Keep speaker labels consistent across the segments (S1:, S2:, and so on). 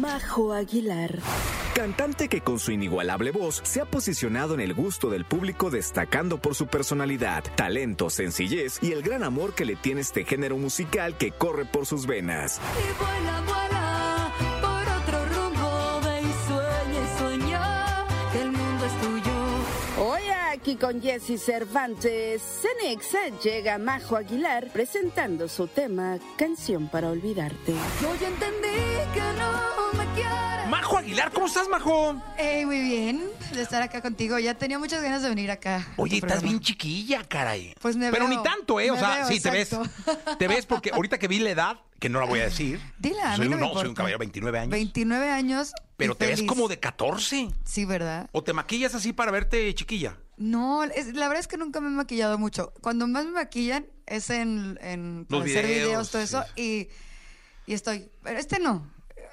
S1: Majo Aguilar.
S2: Cantante que con su inigualable voz se ha posicionado en el gusto del público destacando por su personalidad, talento, sencillez y el gran amor que le tiene este género musical que corre por sus venas.
S3: Y vuela, vuela por otro rumbo, ve y sueña y sueña que el mundo es tuyo.
S1: Hoy aquí con Jesse Cervantes, Cenexa llega Majo Aguilar presentando su tema Canción para Olvidarte.
S3: Yo ya entendí que no me quieres.
S4: Majo Aguilar, ¿cómo estás, Majo?
S5: Hey, muy bien de estar acá contigo. Ya tenía muchas ganas de venir acá. a
S4: Oye,
S5: tu
S4: estás
S5: programa.
S4: bien chiquilla, caray.
S5: Pues me
S4: Pero
S5: veo.
S4: ni tanto, ¿eh? o
S5: Me
S4: sea,
S5: veo,
S4: sí,
S5: exacto.
S4: te ves. Te ves porque ahorita que vi la edad, que no la voy a decir.
S5: Dila, a
S4: soy
S5: mí no
S4: un,
S5: me
S4: no, soy un
S5: importa.
S4: caballero, 29 años.
S5: 29 años. y
S4: pero te ves
S5: feliz.
S4: como de 14.
S5: Sí, ¿verdad?
S4: ¿O te maquillas así para verte chiquilla?
S5: No, es- la verdad es que nunca me he maquillado mucho. Cuando más me maquillan es en, en
S4: Los
S5: para hacer
S4: videos,
S5: videos, todo eso. Y, y estoy, pero este no.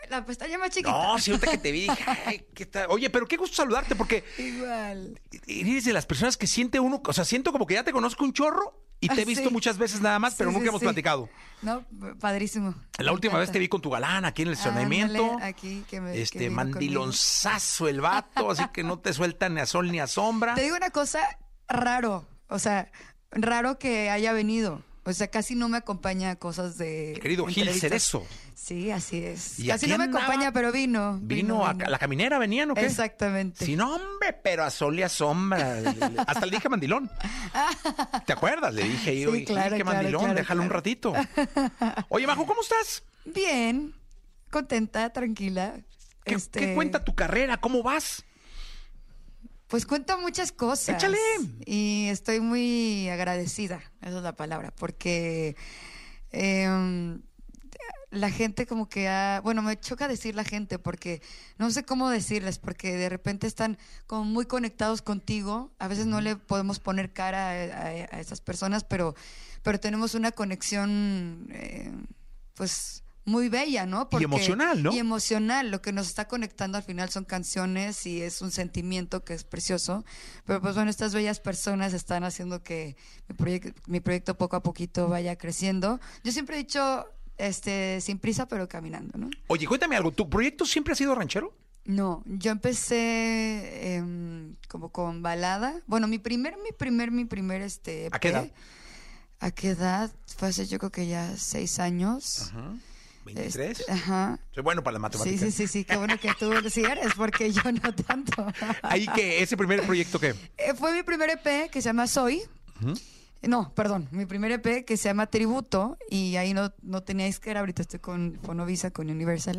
S5: La pestaña más chiquita.
S4: No, sí, ahorita que te vi, dije, ay, ¿qué tal? Oye, pero qué gusto saludarte porque
S5: Igual.
S4: eres de las personas que siente uno, o sea, siento como que ya te conozco un chorro y te
S5: Ah,
S4: he visto
S5: sí.
S4: muchas veces nada más, pero
S5: Sí,
S4: nunca
S5: sí,
S4: hemos
S5: sí.
S4: platicado.
S5: No, padrísimo.
S4: La
S5: Me
S4: última vez
S5: encanta.
S4: te vi con tu galán aquí en el estacionamiento.
S5: Ándale, aquí, que me- que
S4: este
S5: vino conmigo.
S4: mandilonzazo el vato, así que no te suelta ni a sol ni a sombra.
S5: Te digo una cosa raro, o sea, raro que haya venido. O sea, casi no me acompaña a cosas de.
S4: Querido Gil
S5: entrevistas.
S4: Cerezo.
S5: Sí, así es.
S4: ¿Y
S5: Casi
S4: aquí
S5: no me
S4: andaba?
S5: acompaña, pero vino.
S4: Vino a la caminera, venían o qué?
S5: Exactamente.
S4: Sí, no, hombre, pero a sol y a sombra. Hasta le dije mandilón. ¿Te acuerdas? Le dije,
S5: Sí,
S4: oye,
S5: claro,
S4: qué
S5: claro,
S4: mandilón,
S5: claro,
S4: déjalo un
S5: claro.
S4: ratito. Oye, Majo, ¿cómo estás?
S5: Bien, contenta, tranquila.
S4: ¿Qué,
S5: Este,
S4: qué cuenta tu carrera? ¿Cómo vas?
S5: Pues cuenta muchas cosas.
S4: Échale.
S5: Y estoy muy agradecida, esa es la palabra, porque em, la gente como que ha, bueno, me choca decir la gente porque no sé cómo decirles, porque de repente están como muy conectados contigo, a veces no le podemos poner cara a, a- a esas personas, pero, pero tenemos una conexión, eh, pues... Muy bella, ¿no?
S4: emocional, ¿no?
S5: Y emocional. Lo que nos está conectando al final son canciones y es un sentimiento que es precioso. Pero pues bueno, estas bellas personas están haciendo que mi, proyec- mi proyecto poco a poquito vaya creciendo. Yo siempre he dicho, este, sin prisa, pero caminando, ¿no?
S4: Oye, cuéntame algo. ¿Tu proyecto siempre ha sido ranchero?
S5: No, yo empecé em, como con balada. Bueno, mi primer, mi primer, mi primer, este...
S4: ¿A qué
S5: EP,
S4: edad?
S5: ¿A qué edad? Fue hace yo creo que ya seis años. Este,
S4: 23.
S5: ajá.
S4: Soy bueno para las
S5: Sí,
S4: matemáticas.
S5: sí, sí, sí, qué bueno que tú sí eres, porque yo no tanto.
S4: Ahí que ese primer proyecto que
S5: Eh, Fue mi primer EP que se llama Soy. No, perdón, mi primer EP que se llama Tributo y ahí no, no tenía disquera, ahorita estoy con Fonovisa, con Universal.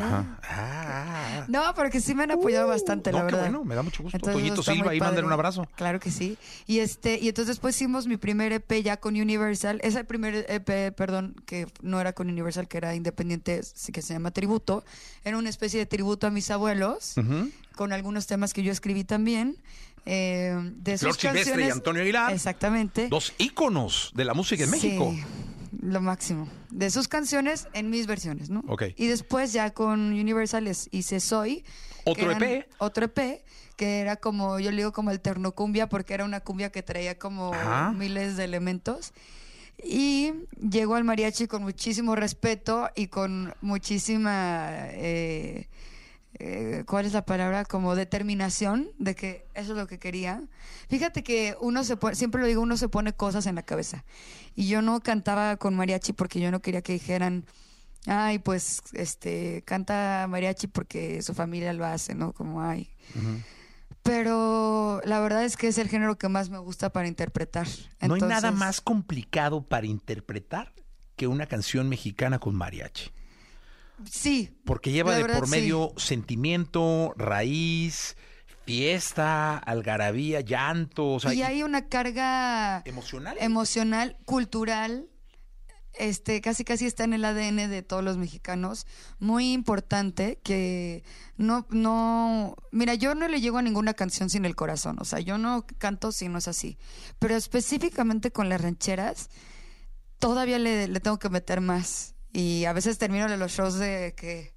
S4: Ah,
S5: No, porque sí me han apoyado bastante,
S4: Uh. no,
S5: la
S4: qué
S5: verdad.
S4: bueno, me da mucho gusto.
S5: Entonces,
S4: Toñito
S5: está muy
S4: Silva, ahí
S5: padre.
S4: mándale un abrazo.
S5: Claro que sí. Y este, y entonces después hicimos mi primer EP ya con Universal. Ese primer EP, perdón, que no era con Universal, que era independiente, sí que se llama Tributo. Era una especie de tributo a mis abuelos, con algunos temas que yo escribí también. Eh, de
S4: Flor
S5: sus
S4: Silvestre y
S5: canciones,
S4: Antonio Aguilar.
S5: Exactamente.
S4: dos íconos de la música en México.
S5: Eh. Sí, lo máximo. De sus canciones en mis versiones, ¿no?
S4: Ok.
S5: Y después ya con Universal les hice Soy. que
S4: Otro E
S5: eran-
S4: EP.
S5: Otro EP, que era como, yo le digo como alternocumbia, porque era una cumbia que traía como
S4: Ajá.
S5: miles de elementos. Y llego al mariachi con muchísimo respeto y con muchísima... eh, eh, ¿cuál es la palabra? Como determinación de que eso es lo que quería. Fíjate que uno se pone, siempre lo digo, uno se pone cosas en la cabeza. Y yo no cantaba con mariachi porque yo no quería que dijeran, ay, pues, este, canta mariachi porque su familia lo hace, ¿no? Como, ay. Pero la verdad es que es el género que más me gusta para interpretar.
S4: no hay nada
S5: Entonces,
S4: más complicado para interpretar que una canción mexicana con mariachi.
S5: Sí.
S4: Porque lleva
S5: la
S4: de
S5: verdad,
S4: por
S5: sí.
S4: medio sentimiento, raíz, fiesta, algarabía, llanto. O sea,
S5: y em, hay una carga
S4: ¿Emocional?
S5: emocional, cultural, este, casi casi está en el ADN de todos los mexicanos, muy importante que no, no, mira, yo no le llego a ninguna canción sin el corazón, o sea, yo no canto si no es así, pero específicamente con las rancheras, todavía le, le tengo que meter más. Y a veces termino de los shows de que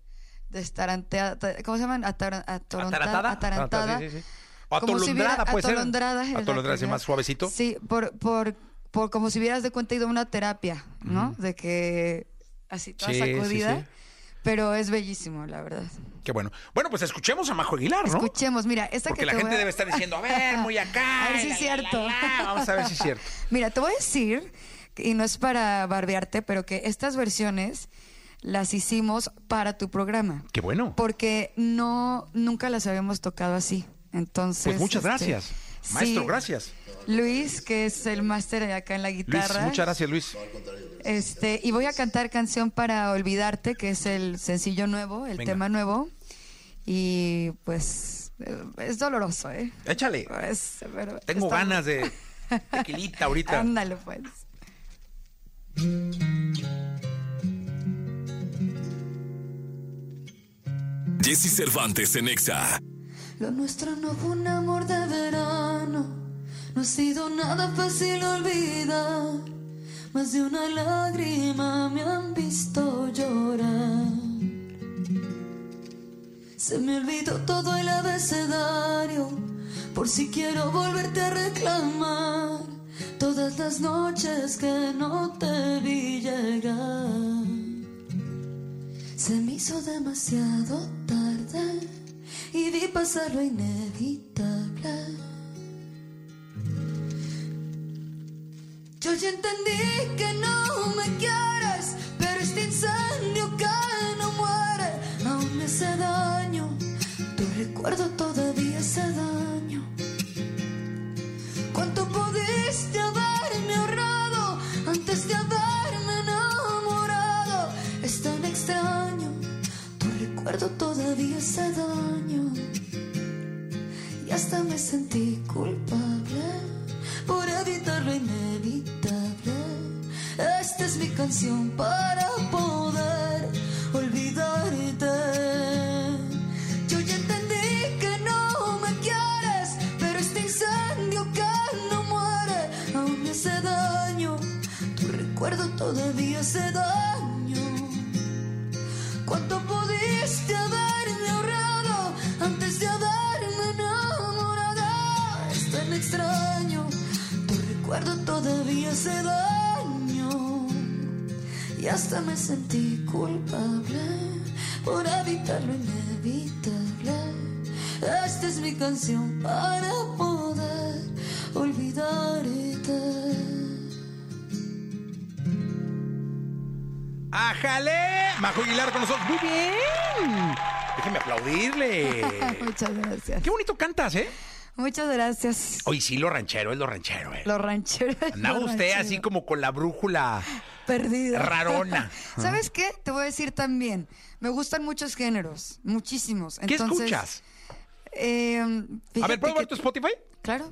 S5: de estar ante, ¿cómo se llaman? Atara- atoronta-
S4: ¿Ataratada?
S5: atarantada.
S4: Sí, sí, sí. O
S5: Como si hubiera-
S4: atolondrada, puede ser.
S5: atolondrada, es la
S4: Atolondrada, sí,
S5: primera.
S4: más suavecito.
S5: Sí, por, por, por como si hubieras de cuenta ido a una terapia, ¿no? De que así toda
S4: Sí, sí,
S5: sacudida.
S4: sí.
S5: Pero es bellísimo, la verdad.
S4: Qué bueno. Bueno, pues escuchemos a Majo Aguilar, ¿no?
S5: Escuchemos, mira, esta
S4: Porque
S5: que
S4: la
S5: te voy
S4: gente
S5: a-
S4: debe estar diciendo, a ver, muy acá.
S5: A ver si
S4: y
S5: es
S4: la, la, la,
S5: cierto.
S4: la". Vamos a ver si es cierto.
S5: Mira, te voy a decir, y no es para barbearte, pero que estas versiones las hicimos para tu programa.
S4: Qué bueno. Pues
S5: Porque no, nunca las habíamos tocado así. Entonces. este,
S4: Pues muchas gracias. Maestro, gracias.
S5: Luis, que es el máster de acá en la
S4: Luis,
S5: guitarra.
S4: muchas gracias, Luis.
S5: Este, y voy a cantar canción para olvidarte, que es el sencillo nuevo, el
S4: Venga.
S5: tema nuevo. Y pues eh, es doloroso, ¿eh?
S4: Échale.
S5: Es- pero
S4: Tengo
S5: está-
S4: ganas de tequilita ahorita.
S5: Ándale, pues.
S6: Jesse Cervantes en Exa.
S3: Lo nuestro no fue un amor de verano, no ha sido nada fácil olvidar. Más de una lágrima me han visto llorar. Se me olvidó todo el abecedario, por si quiero volverte a reclamar. Todas las noches que no te vi llegar. Se me hizo demasiado tarde y vi pasar lo inevitable. Yo ya entendí que no me quieres, pero este incendio que no muere aún me hace daño. Tu recuerdo todavía hace daño. ¿Cuánto pudiste haberme ahorrado antes de haberme enamorado? Es tan extraño, tu recuerdo todavía hace daño. Y hasta me sentí culpable por evitar lo inevitable. Esta es mi canción para poder olvidarte. Yo ya entendí que no me quieres, pero este incendio que no muere aún me hace daño. Tu recuerdo todavía hace daño. ¿Cuánto pudiste haberme ahorrado antes de haberme enamorado? Es tan extraño, tu recuerdo todavía hace daño. Y hasta me sentí culpable por evitar lo inevitable. Esta es mi canción para poder olvidarte.
S4: ¡Ájale! Majo Aguilar con nosotros. ¡Muy bien! Déjeme aplaudirle.
S5: Muchas gracias.
S4: Qué bonito cantas, ¿eh?
S5: Muchas gracias.
S4: Hoy sí, lo ranchero es lo ranchero, ¿eh?
S5: Los rancheros.
S4: Andaba
S5: los
S4: usted
S5: rancheros.
S4: así como con la brújula.
S5: Perdida.
S4: Rarona.
S5: ¿Sabes qué? Te voy a decir también. Me gustan muchos géneros, muchísimos.
S4: ¿Qué
S5: Entonces,
S4: escuchas?
S5: eh,
S4: A
S5: fíjate
S4: ver, ¿puedo
S5: que-
S4: ver tu Spotify?
S5: Claro.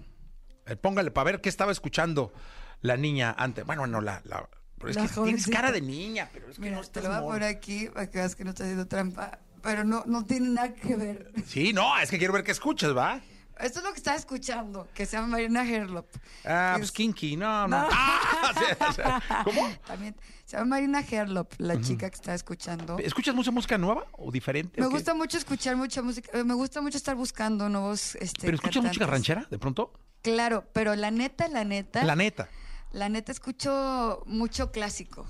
S4: Eh, Póngale para ver qué estaba escuchando la niña antes. Bueno, no, la. la- pero es
S5: La
S4: que tienes
S5: jovencita.
S4: cara de niña, pero es que
S5: Mira,
S4: no
S5: te
S4: estás
S5: lo voy a
S4: mor-
S5: poner aquí para que veas que no estoy haciendo trampa. Pero no, no tiene nada que ver.
S4: Sí, no, es que quiero ver qué escuchas, ¿va?
S5: Esto es lo que estaba escuchando, que se llama Marina Herlop.
S4: Ah,
S5: Es-
S4: pues Kinky, no, no.
S5: No.
S4: Ah, sí, sí. ¿Cómo?
S5: También se llama Marina Herlop, la chica que estaba escuchando.
S4: ¿Escuchas mucha música nueva o diferente?
S5: Me
S4: o qué?
S5: gusta mucho escuchar mucha música, eh, me gusta mucho estar buscando nuevos este,
S4: ¿Pero escuchas música
S5: cantantes.
S4: ranchera de pronto?
S5: Claro, pero la neta, la neta,
S4: La
S5: la,
S4: neta.
S5: neta escucho mucho clásico.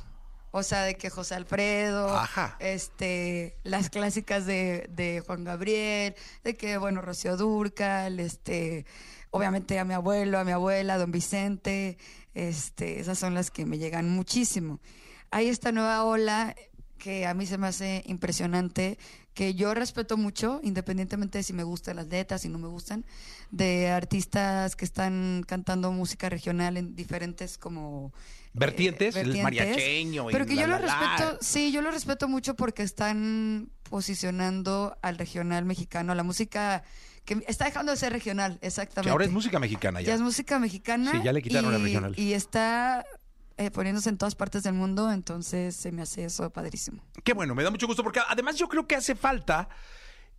S5: O sea, de que José Alfredo,
S4: Ajá.
S5: este, las clásicas de, de Juan Gabriel, de que, bueno, Rocío Durcal, este, obviamente a mi abuelo, a mi abuela, a don Vicente, este, esas son las que me llegan muchísimo. Hay esta nueva ola que a mí se me hace impresionante, que yo respeto mucho, independientemente de si me gustan las letras, si no me gustan, de artistas que están cantando música regional en diferentes como eh,
S4: Vertientes, el mariacheño y
S5: Pero que
S4: la,
S5: yo lo
S4: la, la.
S5: respeto, sí, yo lo respeto mucho porque están posicionando al regional mexicano, a la música que está dejando de ser regional, exactamente.
S4: Que ahora es música mexicana
S5: ya.
S4: ya.
S5: es música mexicana.
S4: Sí, ya le quitaron
S5: y,
S4: la regional.
S5: Y está eh, poniéndose en todas partes del mundo, entonces se me hace eso padrísimo.
S4: Qué bueno, me da mucho gusto porque además yo creo que hace falta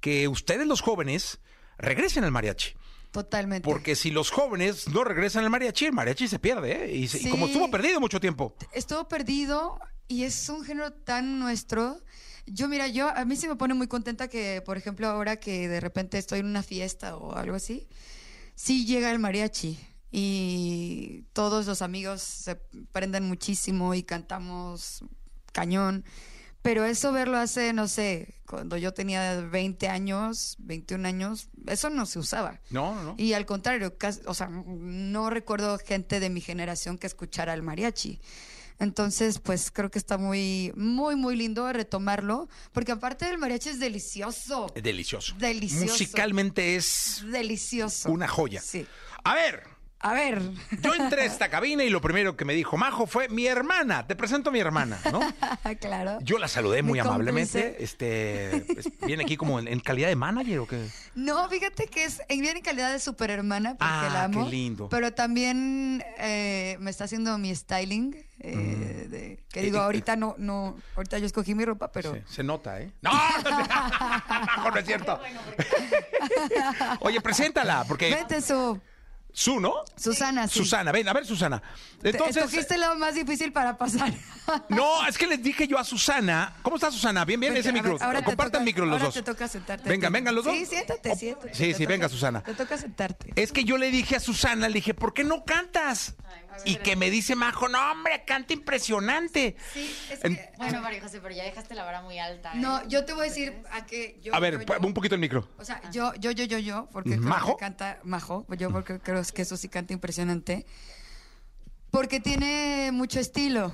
S4: que ustedes los jóvenes regresen al mariachi.
S5: Totalmente.
S4: Porque si los jóvenes no regresan al mariachi, el mariachi se pierde, ¿eh? Y, se- y como
S5: Sí.
S4: estuvo perdido mucho tiempo.
S5: estuvo perdido y es un género tan nuestro. Yo, mira, yo a mí se me pone muy contenta que, por ejemplo, ahora que de repente estoy en una fiesta o algo así, sí llega el mariachi y todos los amigos se prenden muchísimo y cantamos cañón. Pero eso verlo hace, no sé, cuando yo tenía 20 años, 21 años, eso no se usaba.
S4: No, no, no.
S5: Y al contrario, cas- o sea, no recuerdo gente de mi generación que escuchara el mariachi. Entonces, pues creo que está muy, muy, muy lindo retomarlo, porque aparte del mariachi es delicioso.
S4: Delicioso.
S5: Delicioso.
S4: Musicalmente es
S5: Delicioso.
S4: una joya.
S5: Sí.
S4: A ver,
S5: A ver.
S4: yo entré a esta cabina y lo primero que me dijo Majo fue mi hermana. Te presento a mi hermana, ¿no?
S5: claro.
S4: Yo la saludé
S5: Mi
S4: muy amablemente.
S5: cómplice.
S4: Este es- viene aquí como en, en calidad de manager o qué.
S5: No, fíjate que es en bien en calidad de superhermana porque
S4: Ah,
S5: la amo.
S4: qué lindo.
S5: Pero también eh, me está haciendo mi styling. eh, de- que digo,
S4: Eh, eh,
S5: ahorita no, no, ahorita yo escogí mi ropa, pero.
S4: Sí, se nota, ¿eh? No, no, no es cierto. Oye, preséntala, porque
S5: Vete, su,
S4: Su, ¿no?
S5: Susana. sí.
S4: Susana, ven, a ver, Susana.
S5: Te-
S4: Entonces,
S5: escogiste lo más difícil para pasar.
S4: no, es que les dije yo a Susana. ¿Cómo está Susana? Bien, bien,
S5: Vente,
S4: ese
S5: Pues, a ver,
S4: micro.
S5: ahora te
S4: Compartan
S5: toca-
S4: micro los
S5: ahora
S4: dos.
S5: te toca sentarte.
S4: Vengan,
S5: Te-
S4: vengan los dos.
S5: Sí, siéntate, siéntate.
S4: Sí,
S5: te
S4: sí, venga,
S5: toca-
S4: Susana. Eh,
S5: Te toca sentarte.
S4: Es que yo le dije a Susana, le dije, ¿por qué no cantas? Y que me dice Majo, no, hombre, canta impresionante.
S7: Sí, es
S4: En-
S7: que, bueno, María José, pero ya dejaste la vara muy alta. ¿eh?
S5: No, yo te voy a decir a qué. yo-
S4: A ver,
S5: yo-
S4: pa-
S5: yo-
S4: un poquito el micro.
S5: O sea, yo, yo, yo, yo, yo, porque creo que
S4: ¿Majo?
S5: canta Majo, yo porque creo que eso sí canta impresionante. Porque tiene mucho estilo.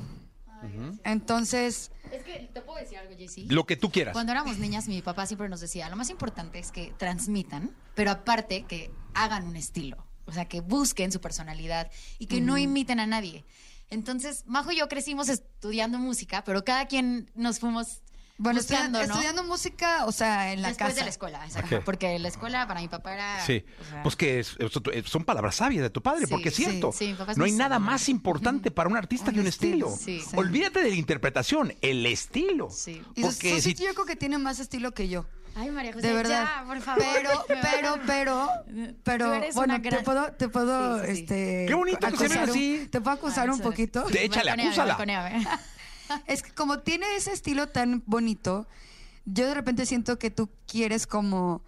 S5: Entonces,
S7: Es que te puedo decir algo, Jessy.
S4: Lo que tú quieras.
S7: Cuando éramos niñas, mi papá siempre nos decía, lo más importante es que transmitan, pero aparte que hagan un estilo. O sea, que busquen su personalidad y que no imiten a nadie. Entonces, Majo y yo crecimos estudiando música, pero cada quien nos fuimos
S5: bueno, estoy
S7: buscando, ¿no?
S5: estudiando música, o sea, en la
S7: Después
S5: casa.
S7: de la escuela, exacto.
S4: Ok.
S7: Porque la escuela para mi papá era...
S4: Sí,
S7: o sea,
S4: pues que es- eso- eh, son palabras sabias de tu padre,
S7: Sí,
S4: porque es
S7: sí,
S4: cierto,
S7: sí, mi papá es
S4: no
S7: muy
S4: hay nada
S7: sabio.
S4: más importante para un artista
S5: Un
S4: que un estilo.
S5: estilo,
S7: sí.
S4: Olvídate de la interpretación, el estilo.
S7: Sí.
S5: Y
S4: Porque
S5: Susi,
S4: si-
S5: yo creo que tiene más estilo que yo.
S7: Ay, María José,
S5: De verdad.
S7: ya, por favor.
S5: Pero,
S7: me
S5: pero,
S7: van a-
S5: pero, pero,
S7: Tú eres
S5: bueno,
S7: una gran-
S5: te puedo, te puedo,
S7: Sí, sí, sí.
S5: este.
S4: Qué bonito que se ven
S5: acusar un-
S4: así.
S5: Te puedo acusar
S7: Ay,
S5: un
S7: muchas gracias.
S5: poquito.
S4: Sí, échale,
S7: Balconeame,
S4: acúsala.
S7: balconeame.
S5: Es que como tiene ese estilo tan bonito, yo de repente siento que tú quieres como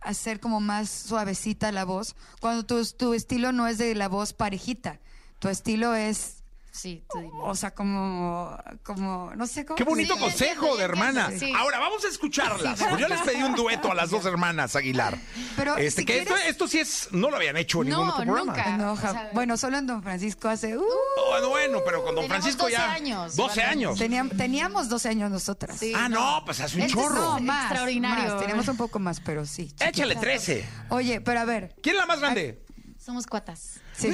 S5: hacer como más suavecita la voz, cuando tu, tu estilo no es de la voz parejita, tu estilo es,
S7: Sí, tú dime.
S5: o sea, como, como no sé cómo...
S4: Qué bonito
S7: Sí,
S4: consejo de
S7: entiendo, ya entiendo,
S4: hermana.
S7: sí.
S4: Ahora vamos a escucharlas. Pues yo les pedí un dueto a las dos hermanas Aguilar.
S5: Pero
S4: este,
S5: si
S4: que esto,
S5: quieres-
S4: esto sí es, no lo habían hecho en ningún
S7: No,
S4: otro programa.
S7: nunca.
S5: No,
S7: o
S5: ja-
S7: sea-
S5: bueno, solo en Don Francisco hace... uh,
S4: Oh, bueno, pero con don
S7: Teníamos
S4: Francisco
S7: 12
S4: ya.
S7: años,
S4: 12
S7: Iván.
S4: años.
S5: teníam- teníamos 12 años nosotras.
S7: Sí,
S4: Ah, no, pues hace un
S7: Este
S4: chorro.
S5: No, más,
S7: Extraordinario.
S5: más, teníamos un poco más, pero sí. chiquita.
S4: Échale 13.
S5: Oye, pero a ver.
S4: ¿Quién es la más grande?
S7: Somos cuatas.
S5: sí.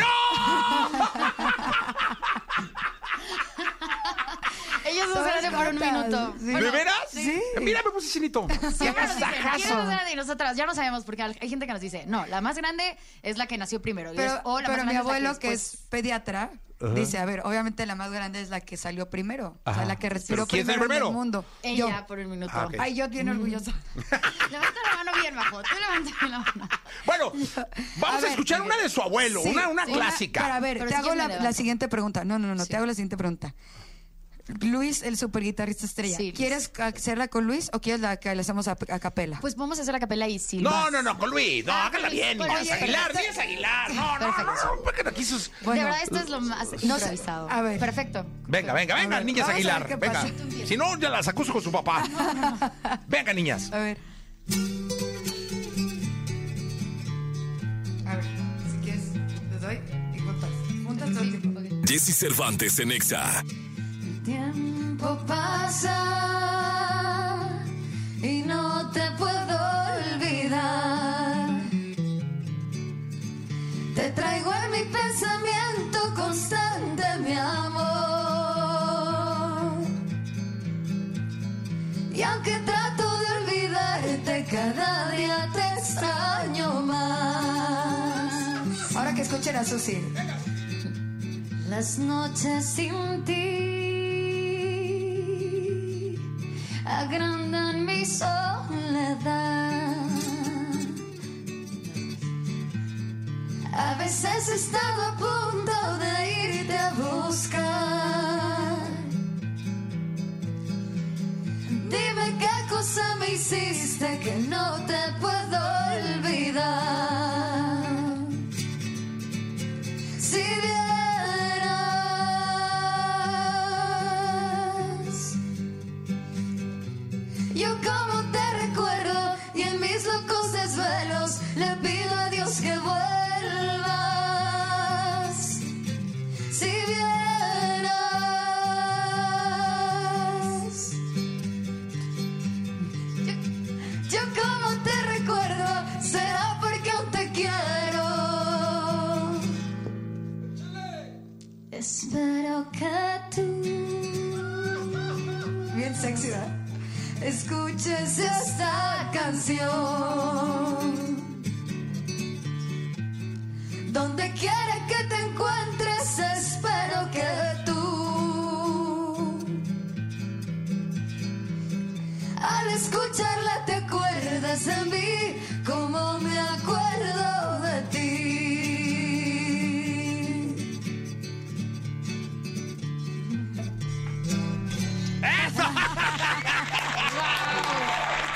S7: Ellos
S5: Somos
S7: nos hacen por un
S5: cuatas,
S7: minuto.
S5: sí.
S4: ¿De veras?
S5: Sí.
S4: Mira, me puse chinito.
S7: Sí,
S4: ¡Qué
S7: nos dicen, ¿Quién es
S4: agasajazo!
S7: más grande de nosotras? Ya no sabemos, porque hay gente que nos dice, no, la más grande es la que nació primero. y
S5: Pero,
S7: es- o la
S5: pero
S7: más
S5: mi
S7: grande la
S5: abuelo, que,
S7: después-
S5: es pediatra, dice, a ver, obviamente la más grande es la que salió primero. O
S4: Ajá.
S5: sea, la que
S4: ¿Pero
S5: respiró
S4: quién
S5: primero,
S4: salió primero?
S5: en el mundo.
S7: Ella
S5: Yo.
S7: por Mm. un minuto.
S4: Ah, ok.
S5: Ay, yo bien orgullosa.
S7: Levanta la mano bien, Majo. Tú levántame la mano.
S4: Bueno, vamos a,
S5: ver,
S4: escuchar una de su abuelo,
S5: Sí,
S4: una, una
S5: sí,
S4: clásica.
S5: Para ver,
S7: Pero
S5: te
S7: si yo
S5: hago
S7: me
S5: la,
S7: levanto.
S5: la siguiente pregunta. No, no, no, no,
S7: Sí.
S5: te hago la siguiente pregunta. Luis, el super guitarrista estrella.
S7: Sí, Luis.
S5: ¿Quieres ca- hacerla con Luis o quieres la que la hacemos a, a capela?
S7: Pues vamos a hacer la capela y sí.
S4: no, no, no, con Luis, no,
S7: Ah,
S4: hágala
S7: con Luis,
S4: bien,
S7: con
S4: Inés
S7: Luis,
S4: Aguilar,
S7: perfecto.
S4: Inés Aguilar, no, no,
S7: Perfecto.
S4: no, no, porque aquí sus-
S5: Bueno.
S7: de verdad, esto es lo más
S5: No sé,
S7: improvisado.
S5: a ver.
S7: Perfecto.
S4: Venga, venga, venga,
S5: ver,
S4: niñas
S5: vamos a ver
S4: Aguilar,
S5: qué
S4: venga.
S5: pasa.
S4: Si no, ya las acuso con su papá. Venga, niñas.
S5: A ver. A ver, si quieres, te doy y juntas. Juntas todo el tiempo.
S6: Jesse Cervantes en Exa.
S3: tiempo pasa y no te puedo olvidar. Te traigo en mi pensamiento constante, mi amor. Y aunque trato de olvidarte, cada día te extraño más.
S5: Ahora que escuchen a Susi.
S3: Las noches sin ti agrandan mi soledad. A veces he estado a punto de irte a buscar. Dime qué cosa me hiciste que no te puedo olvidar. Si vieras escuches esta canción. Donde quiera que te encuentres, espero que tú, al escucharla, te acuerdas de mí como me acuerdo de ti.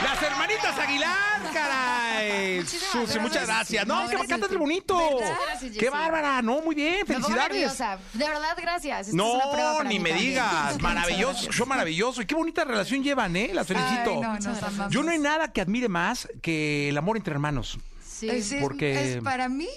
S4: Las hermanitas Aguilar, caray.
S7: Muchísimas
S4: Susi,
S7: gracias.
S4: muchas gracias. No,
S7: Muchas
S4: que me
S7: gracias.
S4: cantas de bonito.
S7: Muchas gracias,
S4: Qué
S7: Jessy.
S4: bárbara. No, muy bien.
S7: Me pongo
S4: Felicidades.
S7: nerviosa. De verdad, gracias. Esto es una prueba
S4: No,
S7: para
S4: ni
S7: mí
S4: me
S7: también.
S4: digas.
S7: Muchas
S4: Maravilloso,
S7: gracias.
S4: yo maravilloso. Y qué bonita relación llevan, ¿eh? Las felicito.
S5: Ay, no, nos
S7: gracias.
S5: amamos.
S4: Yo no hay nada que admire más que el amor entre hermanos.
S7: Sí.
S5: Es- es-
S4: porque-
S5: es- para mí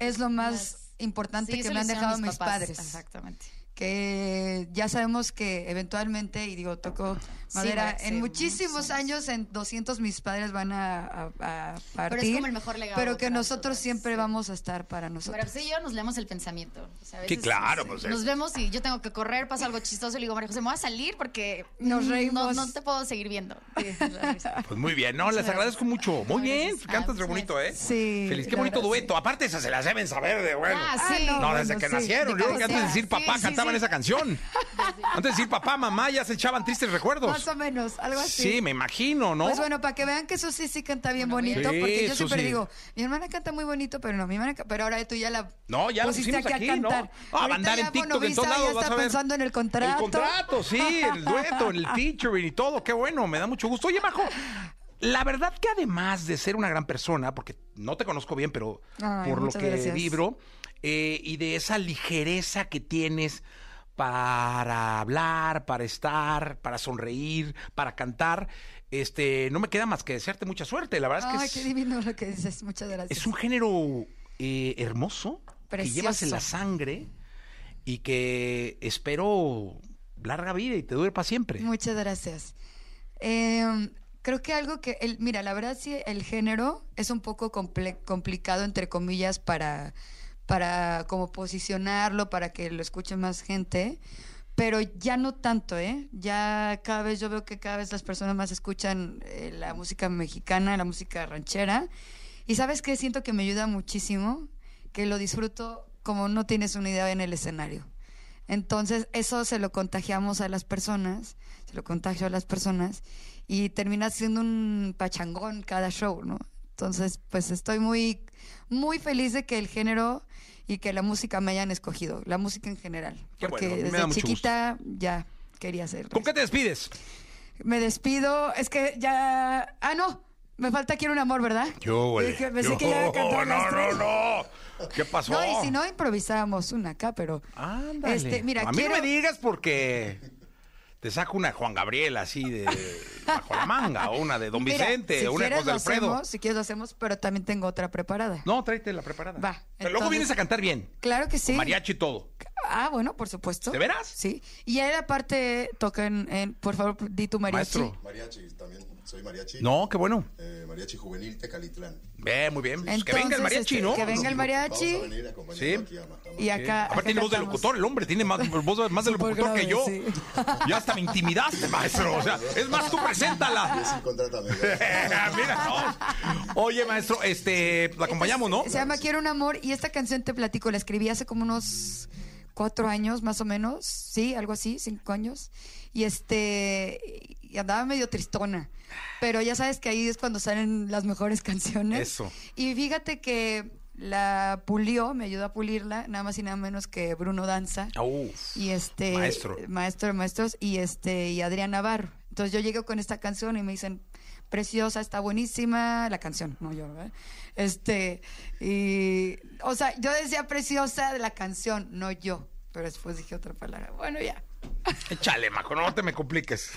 S5: es lo más
S7: Las-
S5: importante
S7: Sí,
S5: que
S7: eso
S5: me
S7: lo
S5: han
S7: hicieron
S5: dejado mis,
S7: papás.
S5: padres.
S7: Exactamente.
S5: Que ya sabemos que eventualmente, y digo, toco madera,
S7: sí,
S5: en
S7: muchos
S5: muchísimos años, en 200 mis padres van a, a- a partir.
S7: el mejor legado
S5: Pero que
S7: para
S5: nosotros
S7: nosotras,
S5: siempre
S7: sí.
S5: vamos a estar para nosotros.
S7: Pero pues, sí, yo nos leemos el pensamiento. O sea, a
S4: Sí,
S7: veces
S4: claro,
S7: nos,
S4: pues,
S7: nos
S4: es-
S7: vemos y yo tengo que correr, pasa algo chistoso y le digo, María José, me voy a salir porque
S5: Nos
S7: no-
S5: reímos.
S7: No, te puedo seguir viendo. Sí, la risa.
S4: Pues muy bien, no, les agradezco mucho. Muy bien,
S7: gracias.
S4: cantas re
S7: Ah,
S4: bonito, ¿eh?
S5: Sí,
S4: Feliz, qué
S5: la
S4: bonito
S5: verdad,
S4: dueto. Aparte, esas se las deben saber de bueno.
S7: Ah,
S5: Ah,
S7: sí.
S5: no,
S4: No, desde
S5: bueno,
S4: que
S5: sí.
S4: nacieron,
S5: De
S4: yo creo que antes de
S5: cabecera.
S4: decir papá
S7: Sí, sí,
S4: cantaban
S7: sí.
S4: esa canción. Antes de decir papá, mamá, ya se echaban tristes recuerdos.
S5: Más o menos, algo así.
S4: Sí, me imagino, ¿no?
S5: Pues bueno, para que vean que Susi sí canta bien
S7: Bueno,
S5: bonito,
S4: bien.
S5: porque
S4: Sí,
S5: yo siempre
S4: Susi.
S5: digo, mi hermana canta muy bonito, pero no, mi hermana, ca- pero ahora tú ya la
S4: No, ya lo
S5: pusiste
S4: pusimos aquí,
S5: a cantar.
S4: ¿no? Ah, va a
S5: Ahorita
S4: andar en
S5: ya
S4: TikTok en
S5: Bonovisa
S4: todos lados.
S5: ya
S4: vas
S5: está
S4: a ver.
S5: pensando en el contrato.
S4: El contrato, sí, el dueto, el teacher y todo. Qué bueno, me da mucho gusto. Oye, Majo, la verdad que además de ser una gran persona, porque no te conozco bien, pero
S5: Ay,
S4: por lo
S5: muchas
S4: que
S5: gracias.
S4: vibro, eh, y de esa ligereza que tienes para hablar, para estar, para sonreír, para cantar, este, no me queda más que desearte mucha suerte. La verdad
S5: Ay,
S4: es que
S5: qué
S4: es-
S5: divino lo que dices, muchas gracias.
S4: es un género eh, hermoso que llevas en la
S5: Precioso.
S4: sangre y que espero larga vida y te dure para siempre.
S5: Muchas gracias. Eh, creo que algo que, el- mira, la verdad sí, el género es un poco comple- complicado, entre comillas, para, para como posicionarlo, para que lo escuche más gente. Pero ya no tanto, ¿eh? Ya cada vez yo veo que cada vez las personas más escuchan eh, la música mexicana, la música ranchera. Y sabes que siento que me ayuda muchísimo, que lo disfruto como no tienes una idea en el escenario. Entonces, eso se lo contagiamos a las personas, se lo contagio a las personas y termina siendo un pachangón cada show, ¿no? Entonces, pues estoy muy, muy feliz de que el género y que la música me hayan escogido, la música en general.
S4: Qué
S5: Porque
S4: bueno, a mí me da
S5: desde
S4: mucho
S5: chiquita ya quería hacerlo.
S4: ¿Con qué te despides?
S5: Me despido, es que ya. Ah, no, me falta Quiero un amor, ¿verdad? Dije, pensé que ya había cantado las
S4: oh, no, no,
S5: tres.
S4: no. ¿Qué pasó?
S5: No, y si no, improvisábamos una acá, pero.
S4: Ándale.
S5: Este, mira,
S4: a mí
S5: quiero-
S4: no me digas porque te saco una Juan Gabriel así de bajo la manga o una de Don
S5: Mira,
S4: Vicente
S5: si
S4: o una de
S5: quieres
S4: José
S5: lo
S4: Alfredo.
S5: hacemos, si quieres lo hacemos, pero también tengo otra preparada.
S4: No, tráete la preparada.
S5: Va,
S4: Pero luego
S5: entonces-
S4: vienes a cantar bien.
S5: Claro que sí.
S4: Con mariachi y todo.
S5: Ah, bueno, por supuesto.
S4: ¿De veras?
S5: Sí. Y él aparte toca en, en- por favor, di tu mariachi.
S4: Maestro.
S8: Mariachi, también soy mariachi.
S4: No, qué bueno.
S8: Eh, mariachi juvenil Tecalitlán.
S4: Ve, muy bien. Pues que venga el
S5: Entonces,
S4: mariachi,
S5: este,
S4: ¿no?
S5: que venga el mariachi.
S8: Vamos a venir acompañando
S4: Sí.
S8: aquí a Matamala.
S5: Y acá.
S4: Aparte
S5: acá
S4: tiene voz de
S5: cantamos.
S4: locutor el hombre, tiene más voz más de
S5: Súper
S4: locutor que
S5: grave,
S4: yo.
S5: sí.
S4: Ya hasta me intimidaste, maestro. O sea, es más, tú
S8: Y
S4: preséntala.
S8: así contrátame. ¿verdad?
S4: Mira, no. Oye, maestro, este, la acompañamos, ¿no?
S5: Se llama Quiero un amor y esta canción te platico, la escribí hace como unos cuatro años más o menos, sí, algo así, cinco años. Y este, y andaba medio tristona, pero ya sabes que ahí es cuando salen las mejores canciones.
S4: Eso.
S5: Y fíjate que la pulió, me ayudó a pulirla, nada más y nada menos que Bruno Danza.
S4: Uf.
S5: Y este.
S4: Maestro.
S5: Maestro de maestros. Y este. Y Adrián Navarro. Entonces yo llego con esta canción y me dicen, preciosa, está buenísima. La canción, no yo, ¿verdad? Este. Y. O sea, yo decía preciosa de la canción, no yo. Pero después dije otra palabra. Bueno, ya.
S4: Échale, maco, no te me compliques.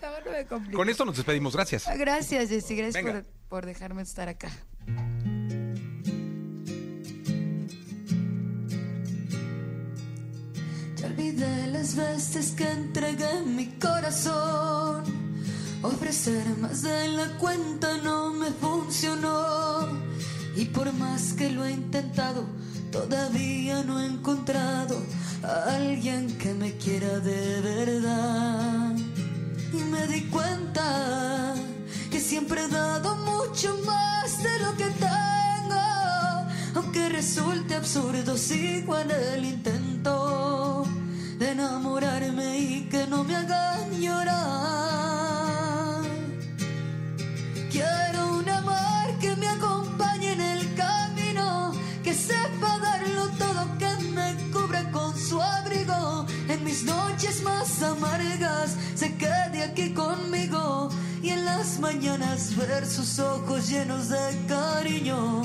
S5: No, no me complico.
S4: Con esto nos despedimos, gracias.
S5: Gracias, Jessy. Gracias
S4: Venga.
S5: por, por dejarme estar acá.
S3: Te olvidé las veces que entregué mi corazón. Ofrecer más de la cuenta no me funcionó. Y por más que lo he intentado, todavía no he encontrado a alguien que me quiera de verdad. y me di cuenta que siempre he dado mucho más de lo que tengo, aunque resulte absurdo, sigo en el intento de enamorarme y que no me hagan llorar. Quiero un amor que me acompañe en el camino, que sepa darlo todo, que me cubra con su abrigo. En mis noches más amargas se quede aquí conmigo y en las mañanas ver sus ojos llenos de cariño.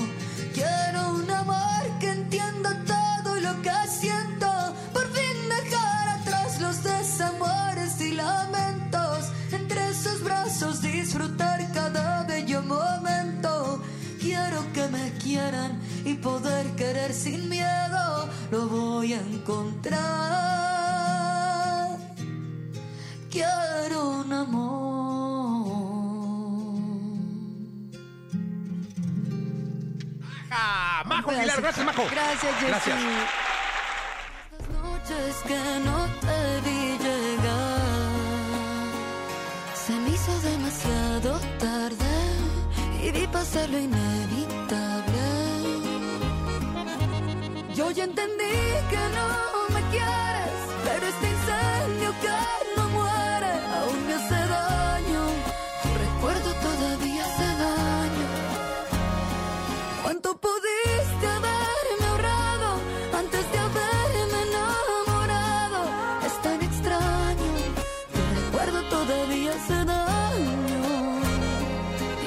S3: Quiero un amor que entienda todo lo que siento, por fin dejar atrás los desamores y lamentos. Entre sus brazos disfrutar cada bello momento. Quiero que me quieran y poder querer sin miedo. Lo voy a encontrar. Quiero un amor.
S4: Ah, Majo Aguilar, gracias, Majo.
S5: Gracias, Jessy.
S4: Gracias.
S3: Las noches que no te vi llegar se me hizo demasiado tarde y vi pasar lo inevitable. Yo ya entendí que no me quieres, pero este incendio que no muere aún me hace daño. Tu recuerdo todavía hace daño. ¿Cuánto pudiste haberme ahorrado antes de haberme enamorado? Es tan extraño, tu recuerdo todavía hace daño.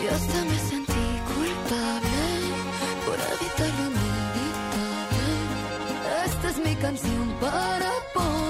S3: Y hasta me sentí culpable por evitar lo inevitable. Esta es mi canción para poder.